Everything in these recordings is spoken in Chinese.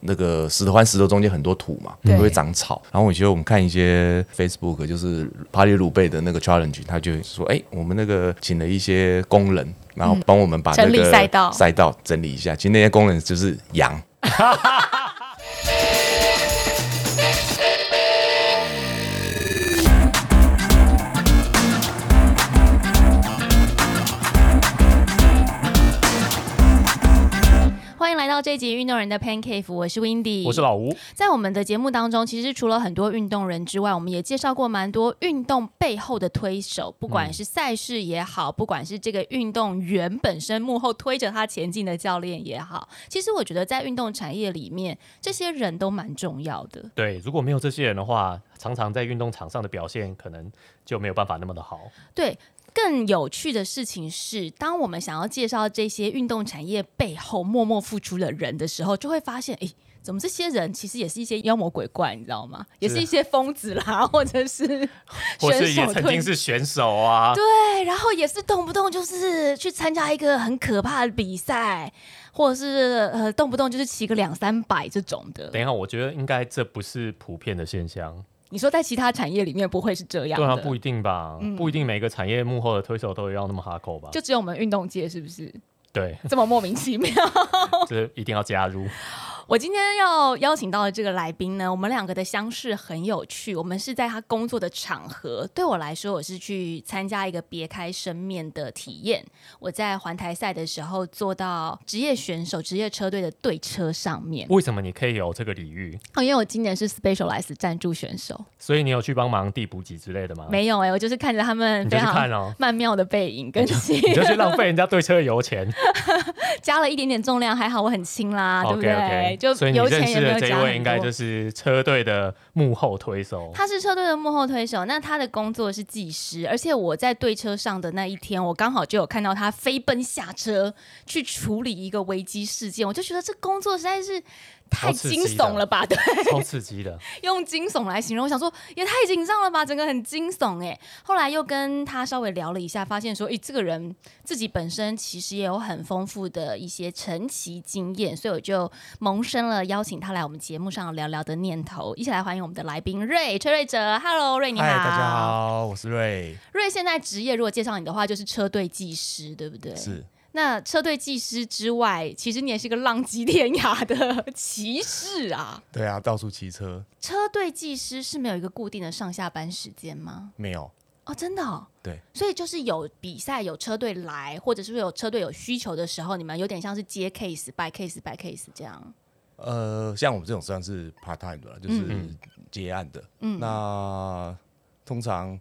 那个石头和石头中间很多土嘛，对会长草。然后我觉得我们看一些 Facebook，就是巴黎鲁贝的那个 challenge，他就说，哎、我们那个请了一些工人，然后帮我们把那嗯整理个赛道赛道整理一下。其实那些工人就是羊。欢迎来到这一集《运动人的 Pan Cave》，我是 Windy，我是老吴，在我们的节目当中，其实除了很多运动人之外，我们也介绍过蛮多运动背后的推手，不嗯管是赛事也好，不管是这个运动员本身幕后推着他前进的教练也好，其实我觉得在运动产业里面，这些人都蛮重要的。对，如果没有这些人的话，常常在运动场上的表现可能就没有办法那么的好。对，更有趣的事情是，当我们想要介绍这些运动产业背后默默付出的人的时候，就会发现，诶，怎么这些人其实也是一些妖魔鬼怪，你知道吗？也是一些疯子啦，或者是 或选是也手曾退经是选手啊，对，然后也是动不动就是去参加一个很可怕的比赛，或者是呃动不动就是骑个两三百这种的等。一下，我觉得应该这不是普遍的现象，你说在其他产业里面不会是这样对啊，的，嗯不一定吧，不一定每个产业幕后的推手都要那么哈口吧？就只有我们运动界是不是 对，这么莫名其妙？这一定要加入。我今天要邀请到的这个来宾呢，我们两个的相识很有趣。我们是在他工作的场合，对我来说，我是去参加一个别开生面的体验。我在环台赛的时候，坐到职业选手、职业车队的队车上面。为什么你可以有这个礼遇？哦，因为我今年是 Specialized 赞助选手，所以你有去帮忙递补给之类的吗？，没有哎、我就是看着他们你非就去看常哦，曼妙的背影 跟心，你就去浪费人家对车的油 钱。加了一点点重量，还好我很轻啦，啊对不 OK 对 OK，所就以你油认钱也识没有的这一加位很应该多就。是车队的幕后推手。他是车队的幕后推手，那他的工作是技师，而且我在对车上的那一天，我刚好就有看到他飞奔下车去处理一个危机事件，我就觉得这工作实在是太好刺激惊的悚了吧？对，超刺激的，用惊悚来形容，我想说也太紧张了吧，整个很惊悚哎。后来又跟他稍微聊了一下，发现说，诶，这个人自己本身其实也有很丰富的一些晨骑经验，所以我就萌生了邀请他来我们节目上聊聊的念头。一起来欢迎我们的来宾瑞崔瑞哲，Hello 瑞你好，嗨，大家。好，我是瑞，瑞现在职业如果介绍你的话，就是车队技师，对不对？。是那车队技师之外，其实你也是个浪迹天涯的骑士啊。对啊，到处骑车车队技师是没有一个固定的上下班时间吗？没有，哦，真的、哦。对，所以就是有比赛有车队来，或者是有车队有需求的时候，你们有点像是接 case by case by case 这样。呃，像我们这种算是 part time 的啦，就是嗯接案的，嗯那通常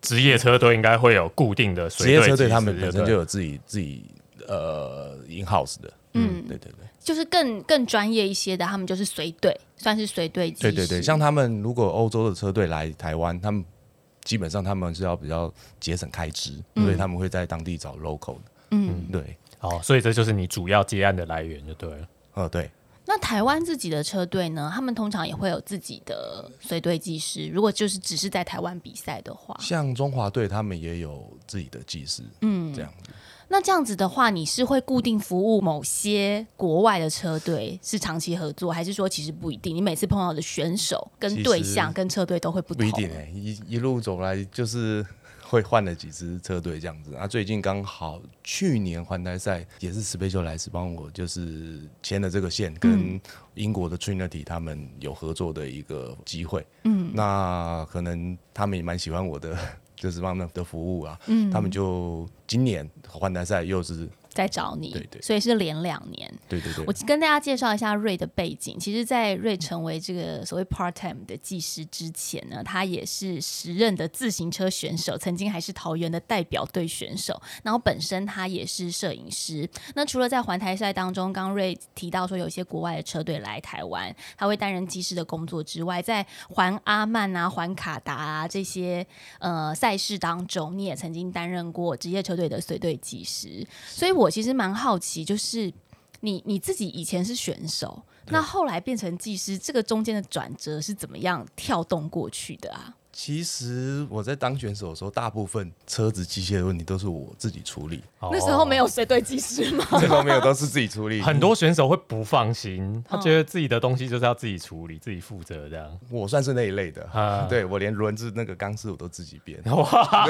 职业车队应该会有固定的职业车队队他们技师本身对不就对有自己自己呃 in house 的，嗯，对对对就是更更专业一些的，他们就是随队，算是随队技对师。对对，像他们如果欧洲的车队来台湾，他们基本上他们是要比较节省开支，所以他们会在当地找 local 的，嗯，对，哦，所以这就是你主要接案的来源就对了。呃对，那台湾自己的车队呢，他们通常也会有自己的随队技师。如果就是只是在台湾比赛的话，像中华队他们也有自己的技师，嗯，这样子。那这样子的话，你是会固定服务某些国外的车队，是长期合作，还是说其实不一定？你每次碰到的选手、跟对象、其实跟车队都会不不同。欸一定哎、一一路走来就是会换了几支车队这样子啊。最近刚好去年环台赛也是 Special 来是帮我就是签了这个线，嗯跟英国的 Trinity 他们有合作的一个机会。嗯，那可能他们也蛮喜欢我的。就是帮他们的服务啊，嗯、他们就今年环台赛又是在找你，对对所以是连两年。对对对我，跟大家介绍一下瑞的背景。其实，在瑞成为这个所谓 part time 的技师之前呢，他也是时任的自行车选手，曾经还是桃园的代表队选手。然后本身他也是摄影师。那除了在环台赛当中，刚刚瑞提到说有一些国外的车队来台湾，他会担任技师的工作之外，在环阿曼啊、环卡达啊这些呃赛事当中，你也曾经担任过职业车队的随队技师。所以我其实蛮好奇，就是。你你自己以前是选手，那后来变成技师，这个中间的转折是怎么样跳动过去的啊？其实我在当选手的时候，大部分车子机械的问题都是我自己处 理，哦那时候没有谁对技师吗？这方面我都是自己处理。很多选手会不放心，他觉得自己的东西就是要自己处理、自己负责这样。我算是那一类的，啊对我连轮子那个钢丝我都自己编。哇，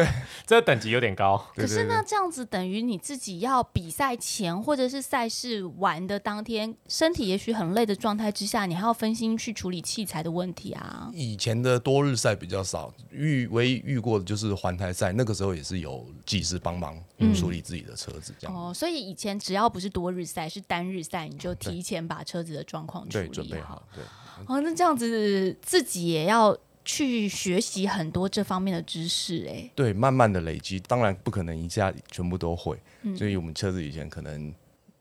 这等级有点高。可是 对对对那这样子等于你自己要比赛前或者是赛事完的当天，身体也许很累的状态之下，你还要分心去处理器材的问题啊。以前的多日赛比较少，遇唯一遇过的就是环台赛，那个时候也是有技师帮忙处理自己的车子这样。嗯哦，所以以前只要不是多日赛，是单日赛，你就提前把车子的状况处对，理准备好好。。对，哦，那这样子自己也要去学习很多这方面的知识、哎，对，慢慢的累积，当然不可能一下全部都会，嗯所以我们车子以前可能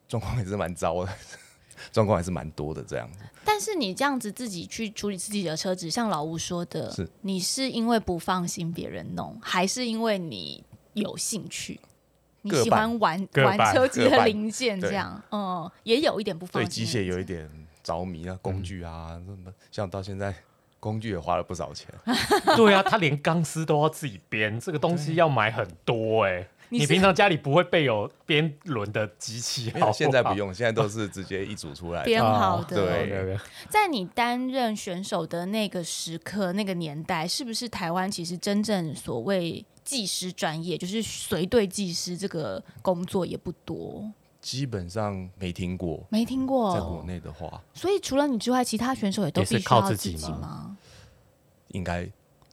状况也是蛮糟的， 状况还是蛮多的这样子。但是你这样子自己去处理自己的车子，像老吴说的，是你是因为不放心别人弄，还是因为你有兴趣？你各喜半欢玩各玩半车子各的半零件这对样，嗯，也有一点不放嗯对心。机械有一点着迷啊，工具啊，什么像到现在工具也花了不少 钱，对啊，他连钢丝都要自己编，这个东西要买很多哎、你你是平常家里不会备有编轮的机器没有哦好好？现在不用，现在都是直接一组出来的。编好哦的。啊对 OK，OK 在你担任选手的那个时刻、那个年代，是不是台湾其实真正所谓技师专业，就是随队技师这个工作也不多，基本上没听过，没听在国过。内的话，所以除了你之外，其他选手也都也是必须靠要自己己吗？应该，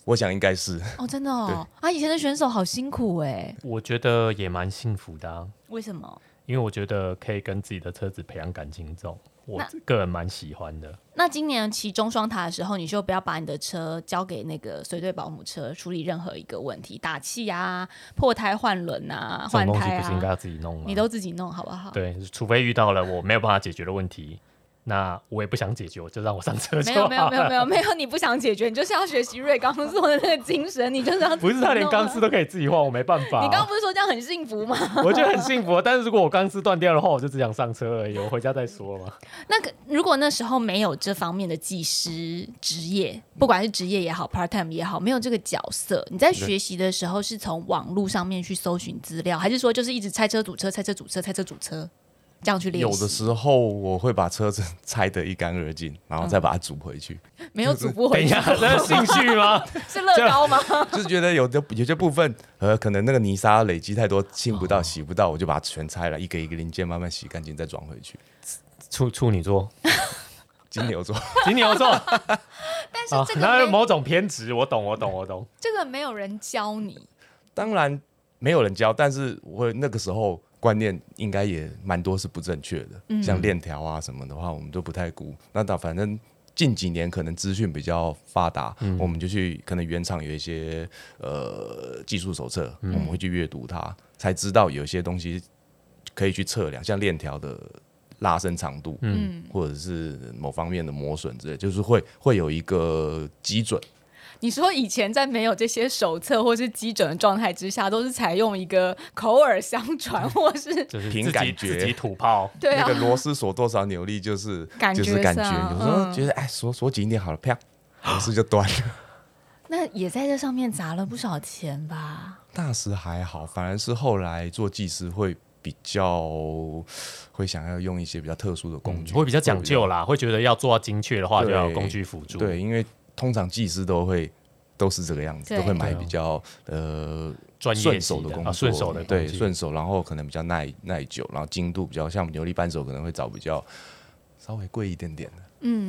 我想应该是。哦，真的哦，啊，以前的选手好辛苦哎、我觉得也蛮幸福的、啊，为什么？因为我觉得可以跟自己的车子培养感情这种，我那个人蛮喜欢的。那今年骑中双塔的时候，你就不要把你的车交给那个随队保姆车处理任何一个问题，打气啊、破胎换轮啊、这换种东西胎不是应该啊，要自己弄吗？你都自己弄好不好？对，除非遇到了我没有办法解决的问题，那我也不想解决，我就让我上车没就有好没有没有了没有 没有，你不想解决，你就是要学习瑞刚说的那个精神，你就是要 不是他啊连钢丝都。都可以自己换，我没办法、啊你刚刚不是说这样很幸福吗？ 我觉得很幸福，但是如果我钢丝断掉的话，我就只想上车而已，我回家再说嘛。那个如果那时候没有这方面的技师职业，不管是职业也好，part time 也好，没有这个角色，你在学习的时候是从网络上面去搜寻资料，还是说就是一直拆车组车、拆车组车、拆车组车这样去练有习？的时候我会把车子拆得一干二净，然后再把它组回去，没有主播 等回一去下，这是兴趣吗？ 是乐高吗？就是觉得有的有些部分，呃，可能那个泥沙累积太多，清不到、洗不到，我就把它全拆了，一个一个零件慢慢洗干净再装回去。 处处女 座，金牛座金牛座，但啊是这 那个有没某种偏执，我懂，我懂，我懂。这个没有人教你，当然没有人教，但是我那个时候观念应该也蛮多是不正确的，像链条啊什么的话，我们都不太顾。那倒反正。近几年可能资讯比较发达，我们就去可能原厂有一些呃技术手册，我们会去阅读它，才知道有些东西可以去测量，像链条的拉伸长度，嗯，或者是某方面的磨损之类，就是会会有一个基准。你说以前在没有这些手册或是基准的状态之下，都是采用一个口耳相传，或是就是凭自己感觉自己土炮，对啊那个螺丝锁多少扭力就是感觉就是感觉，上有时候嗯觉得哎锁锁紧一点好了， 啪，螺丝就断了。那也在这上面砸了不少钱吧？那时还好，反而是后来做技师会比较会想要用一些比较特殊的工具，嗯会比较讲究啦，会觉得要做到精确的话，就对要有工具辅助。对，，因为通常技师都会都是这个样子，对都会买对啊比较呃专业顺级手的的工作，啊顺手的对工具顺手，然后可能比较耐耐久，然后精度比较像牛力扳手可能会找比较稍微贵一点点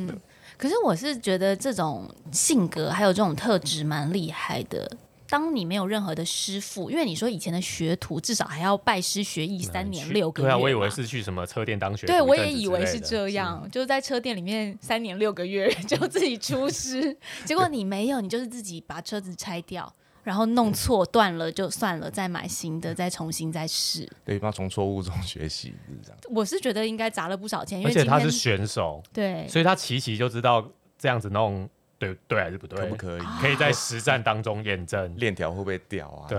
的。可是我是觉得这种性格还有这种特质蛮厉害的。当你没有任何的师傅，因为你说以前的学徒至少还要拜师学艺三年六个月对嘛，啊，我以为是去什么车店当学徒对，我一阵也子以之为类是的这样，就是在车店里面三年六个月就自己出师，结果你没有，你就是自己把车子拆掉，然后弄错断了就算了，再买新的，再重新再试。对，要从错误中学习，是这样。我是觉得应该砸了不少钱，因而为今且他天是选手，对所以他骑骑就知道这样子弄对对还是不对？可不可以？可以在实战当中验证，链条会不会掉啊？对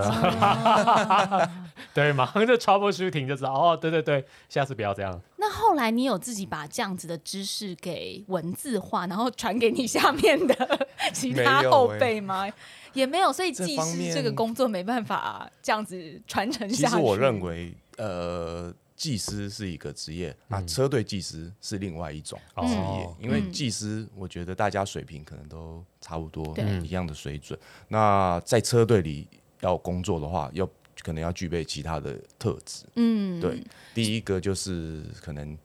啊，对， 马上就 trouble shooting 就知道哦，对对对，下次不要这样。那后来你有自己把这样子的知识给文字化，然后传给你下面的 其他没有后欸辈吗？也没有，所以这技方师面这个工作没办法这样子传承其下去。实我认为，呃，技师是一个职业，那、车队技师是另外一种哦职业。因嗯为技师，我觉得大家水平可能都差不多对，一样的水准。那在车队里要工作的话，要可能要具备其他的特质。嗯，对，第一个就是可能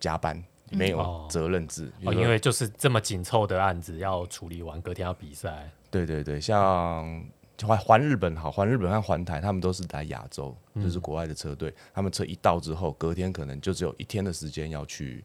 加班。没有哦责任制，比哦，如说因为就是这么紧凑的案子要处理完，隔天要比赛，对对对，像环环日本好，环日本和环台，他们都是来亚洲，就是国外的车队，他们车一到之后，隔天可能就只有一天的时间要去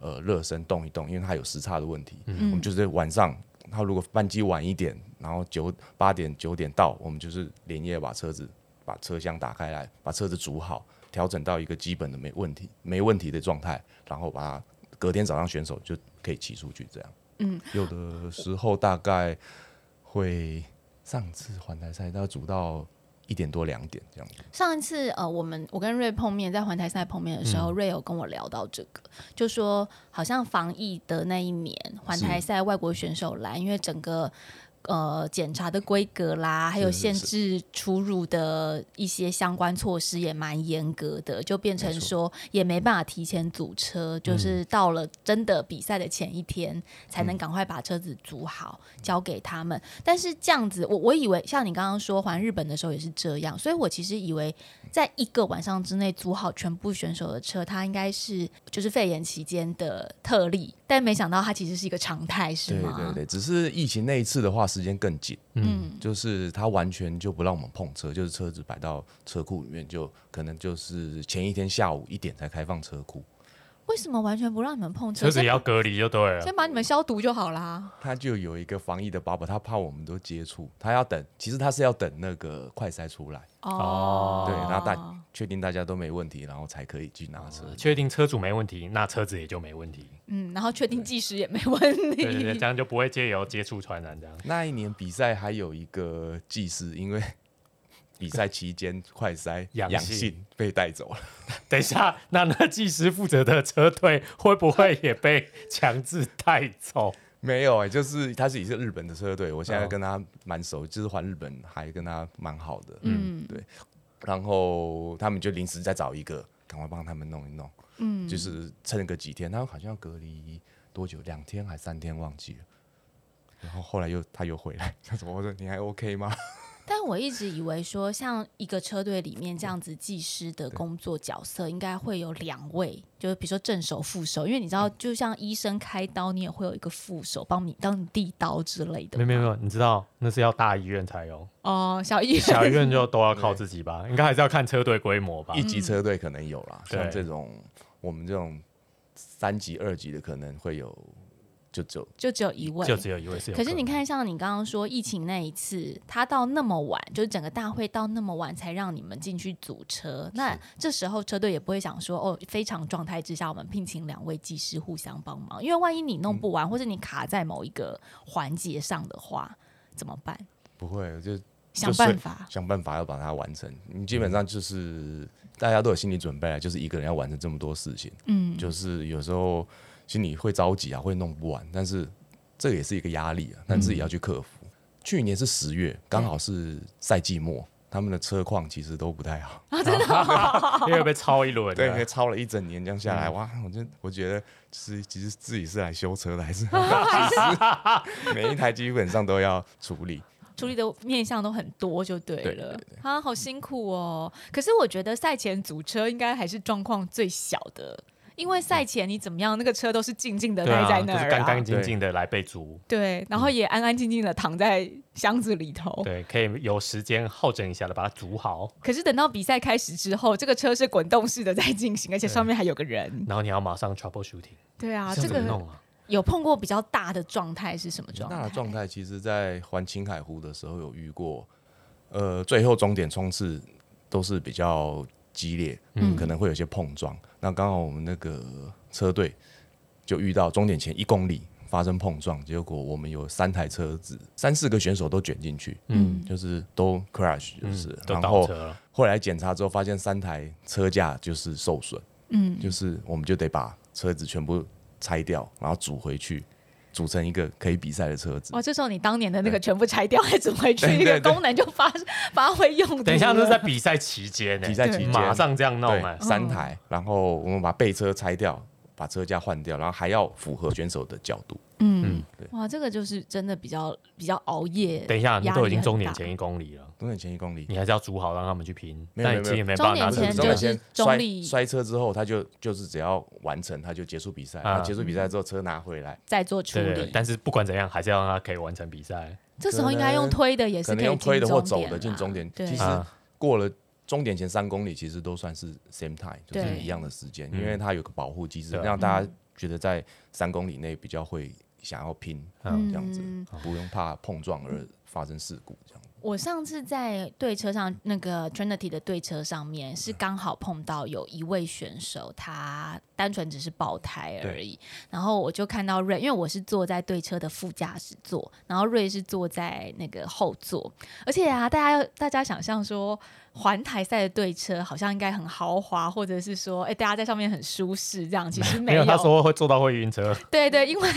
呃热身动一动，因为它有时差的问题。我们就是晚上，他如果班机晚一点，然后九八点九点到，我们就是连夜把车子把车厢打开来，把车子煮好，调整到一个基本的没问题没问题的状态，然后把它隔天早上选手就可以骑出去这样。嗯，有的时候大概会上次环台赛，大概煮到一点多两点这样子。上一次呃，我们我跟瑞碰面，在环台赛碰面的时嗯候，瑞有跟我聊到这个，就说好像防疫的那一年，环台赛外国选手来，因为整个。呃，检查的规格啦，还有限制出入的一些相关措施也蛮严格的，就变成说也没办法提前组车，嗯就是到了真的比赛的前一天才能赶快把车子组好，交给他们。但是这样子，我我以为像你刚刚说还日本的时候也是这样，所以我其实以为在一个晚上之内组好全部选手的车，它应该是就是肺炎期间的特例，但没想到它其实是一个常态，是对吗？对对，只是疫情那一次的话，时间更紧，嗯，就是他完全就不让我们碰车，就是车子摆到车库里面，就可能就是前一天下午一点才开放车库，为什么完全不让你们碰车？车子也先要隔离就对了。先把你们消毒就好啦。他就有一个防疫的 bubble，他怕我们都接触，他要等，其实他是要等那个快筛出来，哦，对，然后大确定大家都没问题，然后才可以去拿车。确定车主没问题，那车子也就没 问题。嗯，然后确定计时也没问对对对，题这。样就不会借由接触传染这样。那一年比赛还有一个技师，因为比赛期间快筛阳阳性性被带走了，等一下，那那技师负责的车队会不会也被强制带走？没有哎、就是他是也是日本的车队，我现在哦跟他蛮熟，就是环日本还跟他蛮好的，嗯，对。然后他们就临时再找一个，赶快帮他们弄一弄，嗯，就是撑个几天，他们好像要隔离多久，两天还三天忘记了。然后后来又他又回来，他说：“我说你还 OK 吗？” 但我一直以为说，像一个车队里面这样子技师的工作角色，应该会有两位，就是比如说正手、副手，因为你知嗯道，就像医生开刀，你也会有一个副手帮你当你递刀之类的没。有没有没有，你知道那是要大医院才有，哦，小医生小医院就都要靠自 己吧，应该还是要看车队规模吧一。级车队可能有啦，对像这种我们这种三级、二级的可能会有，就只有就只有一位，就只有一位是有可是你能看，像你刚刚说疫情那一次，他到那么晚，就是整个大会到那么晚才让你们进去组车，那这时候车队也不会想说哦，非常状态之下，我们聘请两位技师互相帮忙，因为万一你嗯弄不完，或者你卡在某一个环节上的话，怎么办？不会就嗯想是办法。想办法要把它完成。你基本上就是大家都有心理准备了，啊就是一个人要完成这么多事情，嗯，就是有时候心里会着急啊，会弄不完，但是这也是一个压力啊，但自己要去克服。去年是十月，刚好是赛季末，他们的车况其实都不太好。因为被超一轮对，的，超了一整年这样下来，哇！我就我觉得是其实自己是来修车的，还是每一台基本上都要处理。处理的面向都很多，就对对了对啊，好辛苦哦。可是我觉得赛前组车应该还是状况最小的，因为赛前你怎么样，那个车都是静静的嗯对待啊，在就那儿、是干干净净的来被租，对，然后也安安静静的躺在箱子里哦头。对，可以有时间好整一下的把它煮好，可是等到比赛开始之后，这个车是滚动式的在进行，而且上面还有个人。然后你要马上 trouble shooting，对啊，这这样怎么个弄啊？有碰过比较大的状态是什么状那态？状态其实，在环青海湖的时候有遇过，呃，最后终点冲刺都是比较激烈，嗯，可能会有些碰撞。那刚好我们那个车队就遇到终点前一公里，发生碰撞，结果我们有三台车子，三四个选手都卷进去，嗯，就是都 crash，就是，都然嗯倒后车了，后来检查之后发现三台车架就是受损，嗯，就是我们就得把车子全部拆掉，然后组回去，组成一个可以比赛的车子。哦哇，这时候你当年的那个全部拆掉，还怎么回去？对一个对对功能就发 发挥用途了。等一下，那是在比赛期间 呢、比赛期间马上这样弄对哎、，哦三台，然后我们把备车拆掉，把车架换掉，然后还要符合选手的角度。嗯，哇，这个就是真的比较比较熬夜。等一下，你压力都已经很终点大前一公里了，终点前一公里，你还是要煮好让他们去拼，没有没但有你其实也没终办法点拿前成就绩中是间先中摔立摔车之后，他就就是只要完成，他就结束比赛。啊他结束比赛之后，车拿回来，再做处对对对理，但是不管怎样，还是要让他可以完成比赛。这时候应该用推的也是可可能以用推的进或终走点的进啦终点。对，其实啊过了终点前三公里，其实都算是 same time，就是对一样的时间，嗯因为它有个保护机制，对啊让大家觉得在三公里内比较会想要拼，嗯这样子嗯不用怕碰撞而发生事故这样。我上次在对车上那个 Trinity 的对车上面，是刚好碰到有一位选手，他单纯只是爆胎而已。然后我就看到瑞，因为我是坐在对车的副驾驶座，然后瑞是坐在那个后座。而且啊，大家要大家想象说，环台赛的对车好像应该很豪华，或者是说，哎、大家在上面很舒适这样。其实没有，他说会做到会 晕车，对对，因为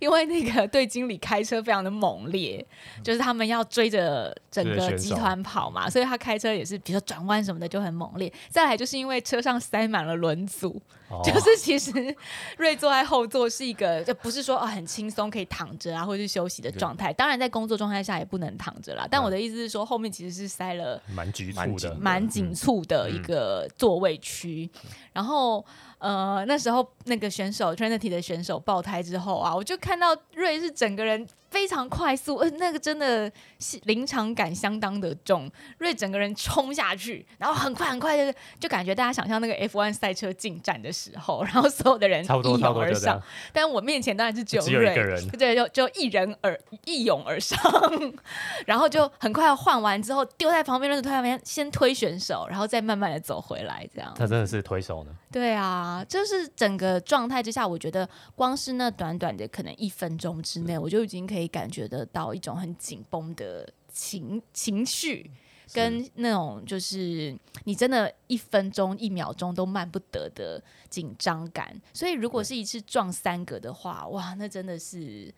因为那个队经理开车非常的猛烈，就是他们要追着整追着个选集手团跑嘛，所以他开车也是，比如说转弯什么的就很猛烈。再来就是因为车上塞满了轮组，哦就是其实瑞坐在后座是一个，就不是说啊很轻松可以躺着啊或者是休息的状态。当然在工作状态下也不能躺着啦，但我的意思是说后面其实是塞了。蛮局蛮促紧的。嗯蛮紧促的一个座位区。然后呃，那时候那个选手 Trinity 的选手爆胎之后啊，我就看到瑞是整个人非常快速，呃，那个真的是临场感相当的重。瑞整个人冲下去，然后很快很快的就感觉大家想象那个 F1 赛车进站的时候，然后所有的人差不多一差涌不多而就这样上。但我面前当然是只有只有瑞一个人对，就就一人而一涌而上， 然后就很快换完之后丢在旁边，扔在旁边，先推选手，然后再慢慢的走回来，这样。他真的是推手呢，对啊，就是整个状态之下，我觉得光是那短短的可能一分钟之内，我就已经可以感觉得到一种很紧绷的情情绪。跟那种就是你真的一分钟一秒钟都慢不得的紧张感，所以如果是一次撞三个的话，哇，那真的是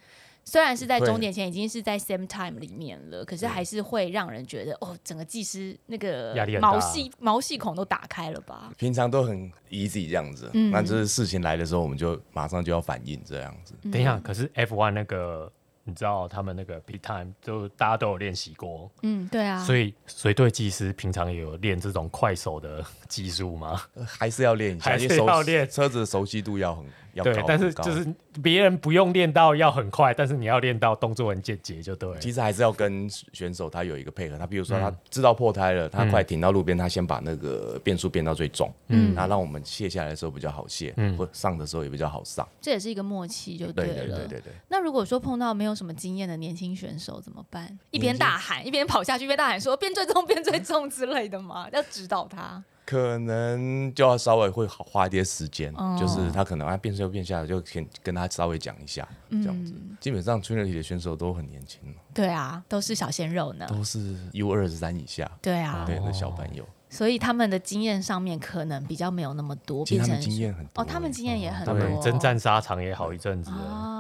虽然是在对终点前已经是在 same time 里面了，可是还是会让人觉得哦，整个技师那个压力很大毛细毛细孔都打开了吧？平常都很 easy 这样子，嗯那就是事情来的时候，我们就马上就要反应这样子。嗯等一下，可是 F1 那个，你知道他们那个 P time 就大家都有练习过，嗯，对啊，所以随队技师平常也有练这种快手的技术吗？还是要练一下，还是因为熟要练车子的熟悉度要很要高对，，但是很高就是别人不用练到要很快，但是你要练到动作很简洁就对了。其实还是要跟选手他有一个配合，他比如说他知道破胎了，他快停到路边，他先把那个变速变到最重，嗯，那让我们卸下来的时候比较好卸，嗯，或上的时候也比较好上，这也是一个默契，就对了。对对对对。那如果说碰到没有什么经验的年轻选手怎么办？一边大喊，一边跑下去，一边大喊说“变最重，变最重”之类的吗？ 要指导他。可能就要稍微会好花一些时间，哦就是他可能啊变速又变下来，就先跟他稍微讲一下，嗯这样子。基本上 Trinity 的选手都很年轻，对啊，都是小鲜肉呢。都是 U 二十三以下，对啊，对的小朋友，所以他们的经验上面可能比较没有那么多，其变实他成们经验很多哦，他们经验也很他多，们征战沙场也好一阵子了，啊。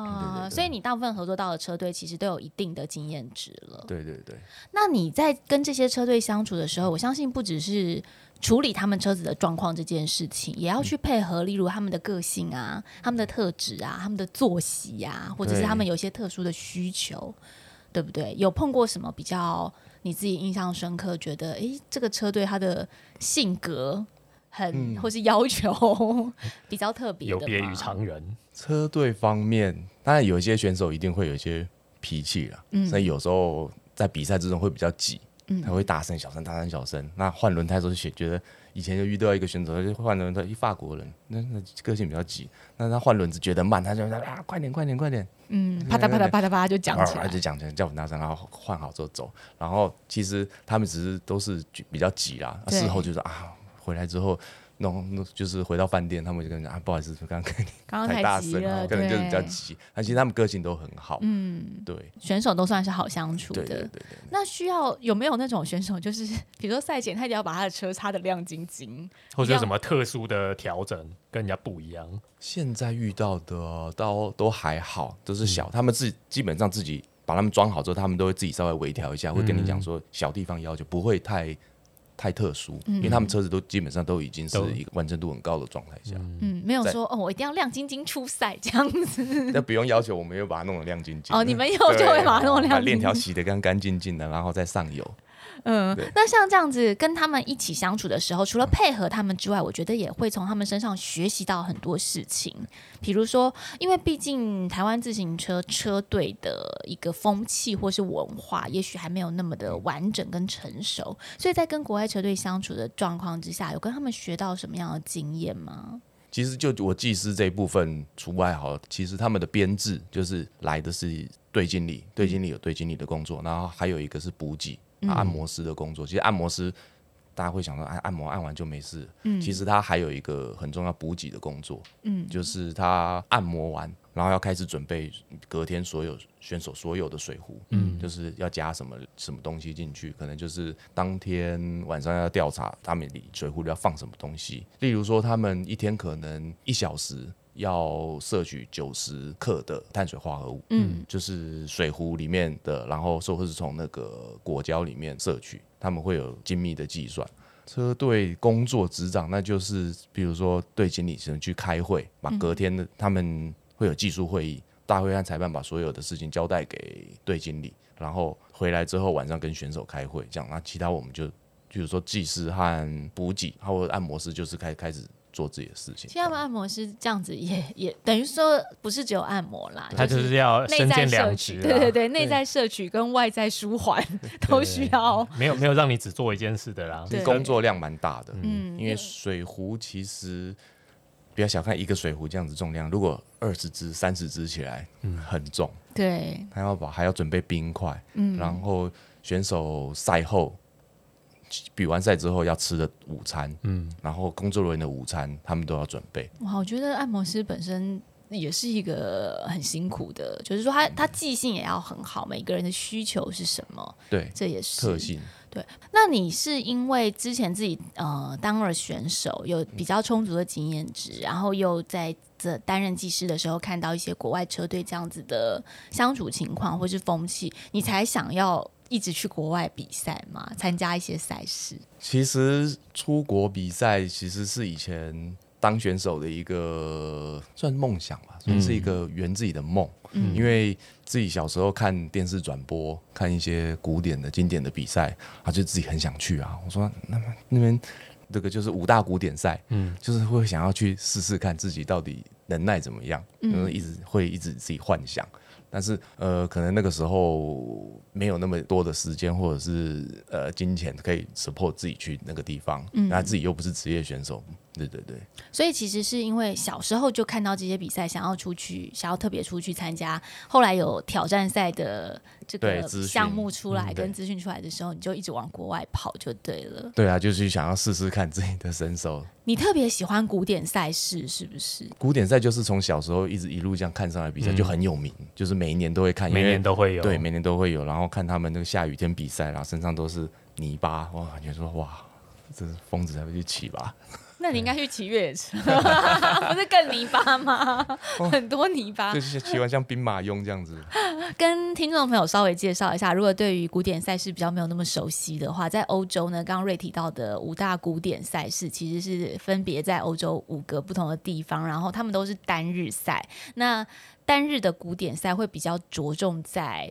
所以你大部分合作到的车队其实都有一定的经验值了。对对对，那你在跟这些车队相处的时候，我相信不只是处理他们车子的状况这件事情，也要去配合，例如他们的个性啊、他们的特质啊、他们的作息啊，或者是对他们有一些特殊的需求，对不对？有碰过什么比较你自己印象深刻，觉得诶这个车队他的性格很、嗯或是要求 比较特别的有吗，别于常人。车队方面，当然有一些选手一定会有一些脾气啦，嗯所以有时候在比赛之中会比较急，他会大声小声，大声小声。那换轮胎的时候，觉觉得以前就遇到一个选手，他就换轮胎，一法国人，那那个性比较急，那他换轮子觉得慢，他就啊快点快点快点，嗯，啪嗒啪嗒啪嗒啪嗒就讲起 啊来就，讲起来，叫我大声，然后换好之后走。然后其实他们只是都是比较急啦，对事后就说啊，回来之后弄弄就是回到饭店，他们就跟你讲啊，不好意思，刚刚跟你刚刚太太大急声了，了，可能就是比较对急。但其实他们个性都很好，嗯，对，选手都算是好相处对对对的。对。那需要有没有那种选手，就是 比如说赛前他一定要把他的车擦的亮晶晶，或者有什么特殊的调整，跟人家不一样。现在遇到的都都还好，都是小，他们自基本上自己把他们装好之后，他们都会自己稍微微调一下，会跟你讲说小地方要求不会太太特殊，嗯因为他们车子都基本上都已经是都一个完成度很高的状态下，嗯，没有在说哦，我一定要亮晶晶出赛这样子那不用要求我们又把它弄得亮晶晶哦，你们以后对就会把它弄把亮链晶条晶。洗得干干净净的，然后再上油。嗯对，那像这样子跟他们一起相处的时候，除了配合他们之外，我觉得也会从他们身上学习到很多事情。比如说，因为毕竟台湾自行车车队的一个风气或是文化，也许还没有那么的完整跟成熟，所以在跟国外车队相处的状况之下，有跟他们学到什么样的经验吗？其实就我技师这一部分除外好了，其实他们的编制就是来的是队经理，队经理有队经理的工作，然后还有一个是补给、啊按摩师的工作。其实按摩师大家会想到哎按按摩按完就没事，嗯，其实他还有一个很重要补给的工作，嗯，就是他按摩完。然后要开始准备隔天所有选手所有的水壶，嗯，就是要加什么什么东西进去，可能就是当天晚上要调查他们里水壶里要放什么东西，例如说他们一天可能一小时要摄取九十克的碳水化合物，嗯，就是水壶里面的，然后说或是从那个果胶里面摄取，他们会有精密的计算。车队工作执掌，那就是比如说队经理只能去开会，嗯把隔天的他们会有技术会议，大会和裁判把所有的事情交代给队经理，然后回来之后晚上跟选手开会，这样，那其他我们就，比如说技师和补给，还有按摩师，就是开开始做自己的事情。其实他们按摩师这样子也也等于说不是只有按摩啦，他就是要内身在兼两摄取，职，啊对对，对，内在摄取跟外在舒缓都需要。没有没有让你只做一件事的啦。对工作量蛮大的，嗯因为水壶其实不要小看一个水壶这样子重量，如果二十只、三十只起来，很重。对，他要把还要准备冰块，然后选手赛后比完赛之后要吃的午餐，嗯，然后工作人员的午餐他们都要准备，哇，我觉得按摩师本身。也是一个很辛苦的，就是说他他记性也要很好，每个人的需求是什么，对，这也是特。性。那你是因为之前自己呃当了选手，有比较充足的经验值，然后又在这担任技师的时候看到一些国外车队这样子的相处情况或是风气，你才想要一直去国外比赛吗？参加一些赛事？其实出国比赛其实是以前当选手的一个算梦想吧，算是一个圆自己的梦。因为自己小时候看电视转播，看一些古典的、经典的比赛，他就自己很想去啊。我说那么那边这个就是五大古典赛，嗯，就是会想要去试试看自己到底能耐怎么样，就是一直会一直自己幻想。但是呃，可能那个时候没有那么多的时间，或者是呃金钱可以 support 自己去那个地方，嗯那、自己又不是职业选手，对对对，所以其实是因为小时候就看到这些比赛，想要出去，想要特别出去参加。后来有挑战赛的这个对资讯项目出来，嗯跟对资讯出来的时候，你就一直往国外跑就对了。对啊，就是想要试试看自己的身手。你特别喜欢古典赛事，是不是？古典赛就是从小时候一直一路这样看上来比赛，就很有名，就是每一年都会看，每因为年都会有。对，每年都会有，然后看他们那个下雨天比赛，然后身上都是泥巴，哇，感觉说哇，这疯子才会去骑吧？那你应该去骑越 野车，不是更泥巴吗？很多泥啊巴哦就。是骑完像兵马俑这样子。跟听众朋友稍微介绍一下，如果对于古典赛事比较没有那么熟悉的话，在欧洲呢，刚刚瑞提到的五大古典赛事其实是分别在欧洲五个不同的地方，然后他们都是单日赛。那单日的古典赛会比较着重在，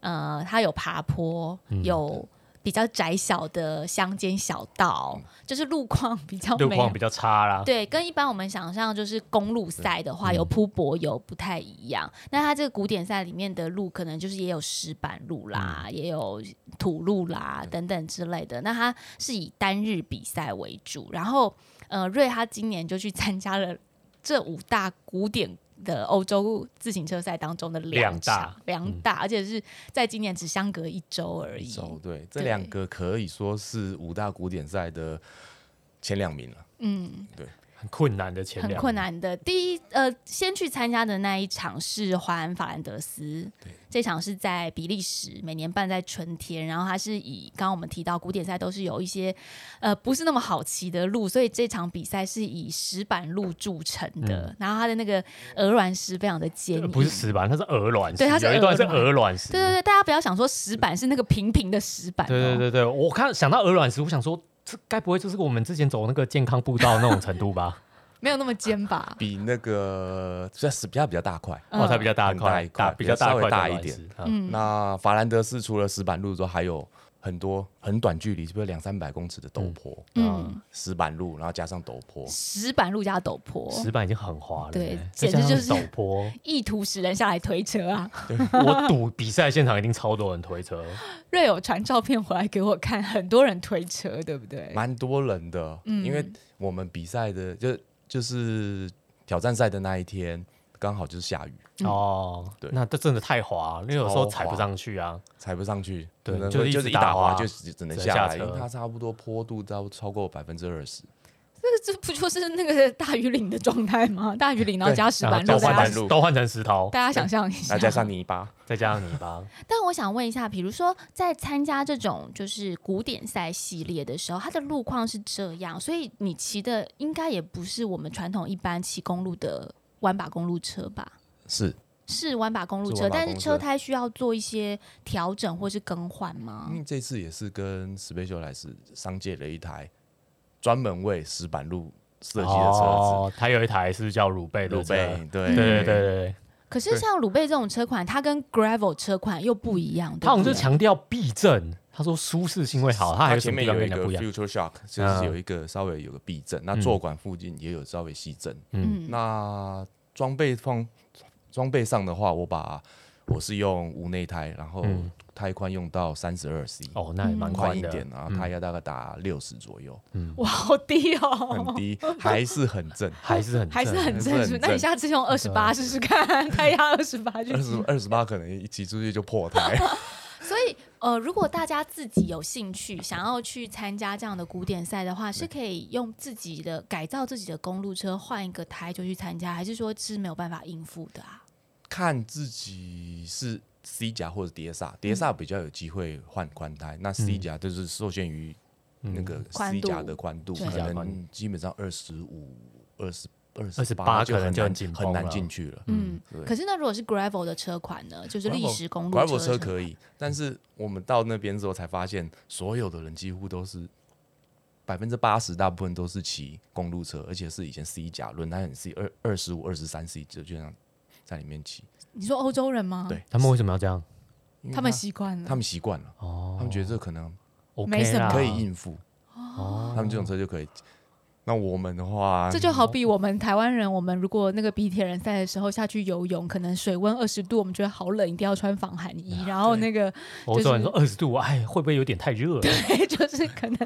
呃，它有爬坡，有比较窄小的乡间小道，就是路况比较路哦没有况比较差啦。对，跟一般我们想象就是公路赛的话，有铺柏油不太一样。那它这个古典赛里面的路，可能就是也有石板路啦，也有土路啦等等之类的。那它是以单日比赛为主，然后呃，瑞他今年就去参加了这五大古典。的欧洲自行车赛当中的两两大场，两大，而且是在今年只相隔一周而已。走，对，这对两个可以说是五大古典赛的前两名了。嗯，很困难的前很两，困。难的。第一，呃，先去参加的那一场是环法兰德斯，这场是在比利时，每年办在春天。然后它是以刚刚我们提到古典赛都是有一些呃不是那么好骑的路，所以这场比赛是以石板路著称的。然后它的那个鹅卵石非常的坚呃硬，嗯不是石板，它是鹅卵石，对它是有一段是鹅卵鹅卵石。对对对，大家不要想说石板是那个平平的石板、哦，对对对对，我看想到鹅卵石，我想说，这该不会就是我们之前走那个健康步道那种程 度吧？没有那么尖吧？比那个这石比较比较大块。嗯哦，它比较大很大块一，块比较大稍微块的大一卵点石。嗯嗯，那法兰德斯除了石板路之后，还有很多很短距离，是不是两三百公尺的陡坡？嗯嗯，石板路，然后加上陡坡，石板路加陡坡，石板已经很滑了，对欸简再加直就上是陡 坡。意图使人下来推车啊！我赌比赛现场一定超多人推车，瑞友传照片回来给我看，很多人推车，对不对？蛮多人的。因为我们比赛的就就是挑战赛的那一天，刚好就是下雨，嗯哦，对那这真的太滑，因为有时候踩不上去啊。踩不上去，对可能就会一直就是一打打滑滑就只只能只能下下来，因车为它差不多坡度到超过百分之二十。这这不就是那个大鱼岭的状态吗？大鱼岭然后加石然后板都路，石大换板家路成都换成石头，大家想象一 下那。加上泥巴，再加上泥巴，但我想问一下，比如说在参加这种就是古典赛系列的时候，它的路况是这样，所以你骑的应该也不是我们传统一般骑公路的弯把公路车吧？是是弯把公路是车，弯把但是公路车车胎需要做一些调整或是更换吗？因为这次也是跟 Specialized 商借了一台专门为石板路设计的车子，哦，它有一台是不是叫鲁贝的鲁车？贝，对对对对对，可是像鲁贝这种车款，它跟 gravel 车款又不一样，对他好不像就对？强调避震，他说舒适性会好，他还它有前什么面地有方跟一你个不一样？嗯 future shock，就是有一个稍微有个避震，那坐管附近也有稍微吸震。嗯那装备放装备上的话，我把我是用无内胎，然后嗯胎宽用到三十二 c，哦，那也蛮宽宽嗯一的，点，然后胎压大概打六十左右，哇，好低很哦，低，还是很正。 还是很 还是正很还是正很数。正那你下次用二十八试试看， 胎压二十八去二骑十。二十八可能一骑出去就破胎，所以，呃，如果大家自己有兴趣，想要去参加这样的古典赛的话，是可以用自己的改造自己的公路车，换一个胎就去参加，还是说是没有办法应付的嗯啊？ 看自己是 C 甲或者碟刹，碟刹比较有机会换宽胎，那嗯 C 甲就是受限于那个宽 C 度甲的宽度，对可 C 甲宽度能基本上二十五、二十、二28就可很能就很难紧绷很难了进去了。嗯，对可是那如果是 gravel 的车款呢，就是砾石公路 gravel 嗯车车可以，但是我们到那边之后才发现，所有的人几乎都是百分之八十，大部分都是骑公路车，而且是以前 C 甲轮胎很 C 二二十五、二十三 C 就就这样在里面骑，你说欧洲人吗？对他们为什么要这样？因为他们习惯了，他们习惯了，哦，啊他们觉得这可能 OK 没什么啦可以应付，哦他们这种车就可以。那我们的话，这就好比我们台湾人，我们如果那个比铁人赛的时候下去游泳，可能水温二十度，我们觉得好冷，一定要穿防寒啊衣。然后那个 我就是突然说二十度，哎，会不会有点太热了？ 就是可能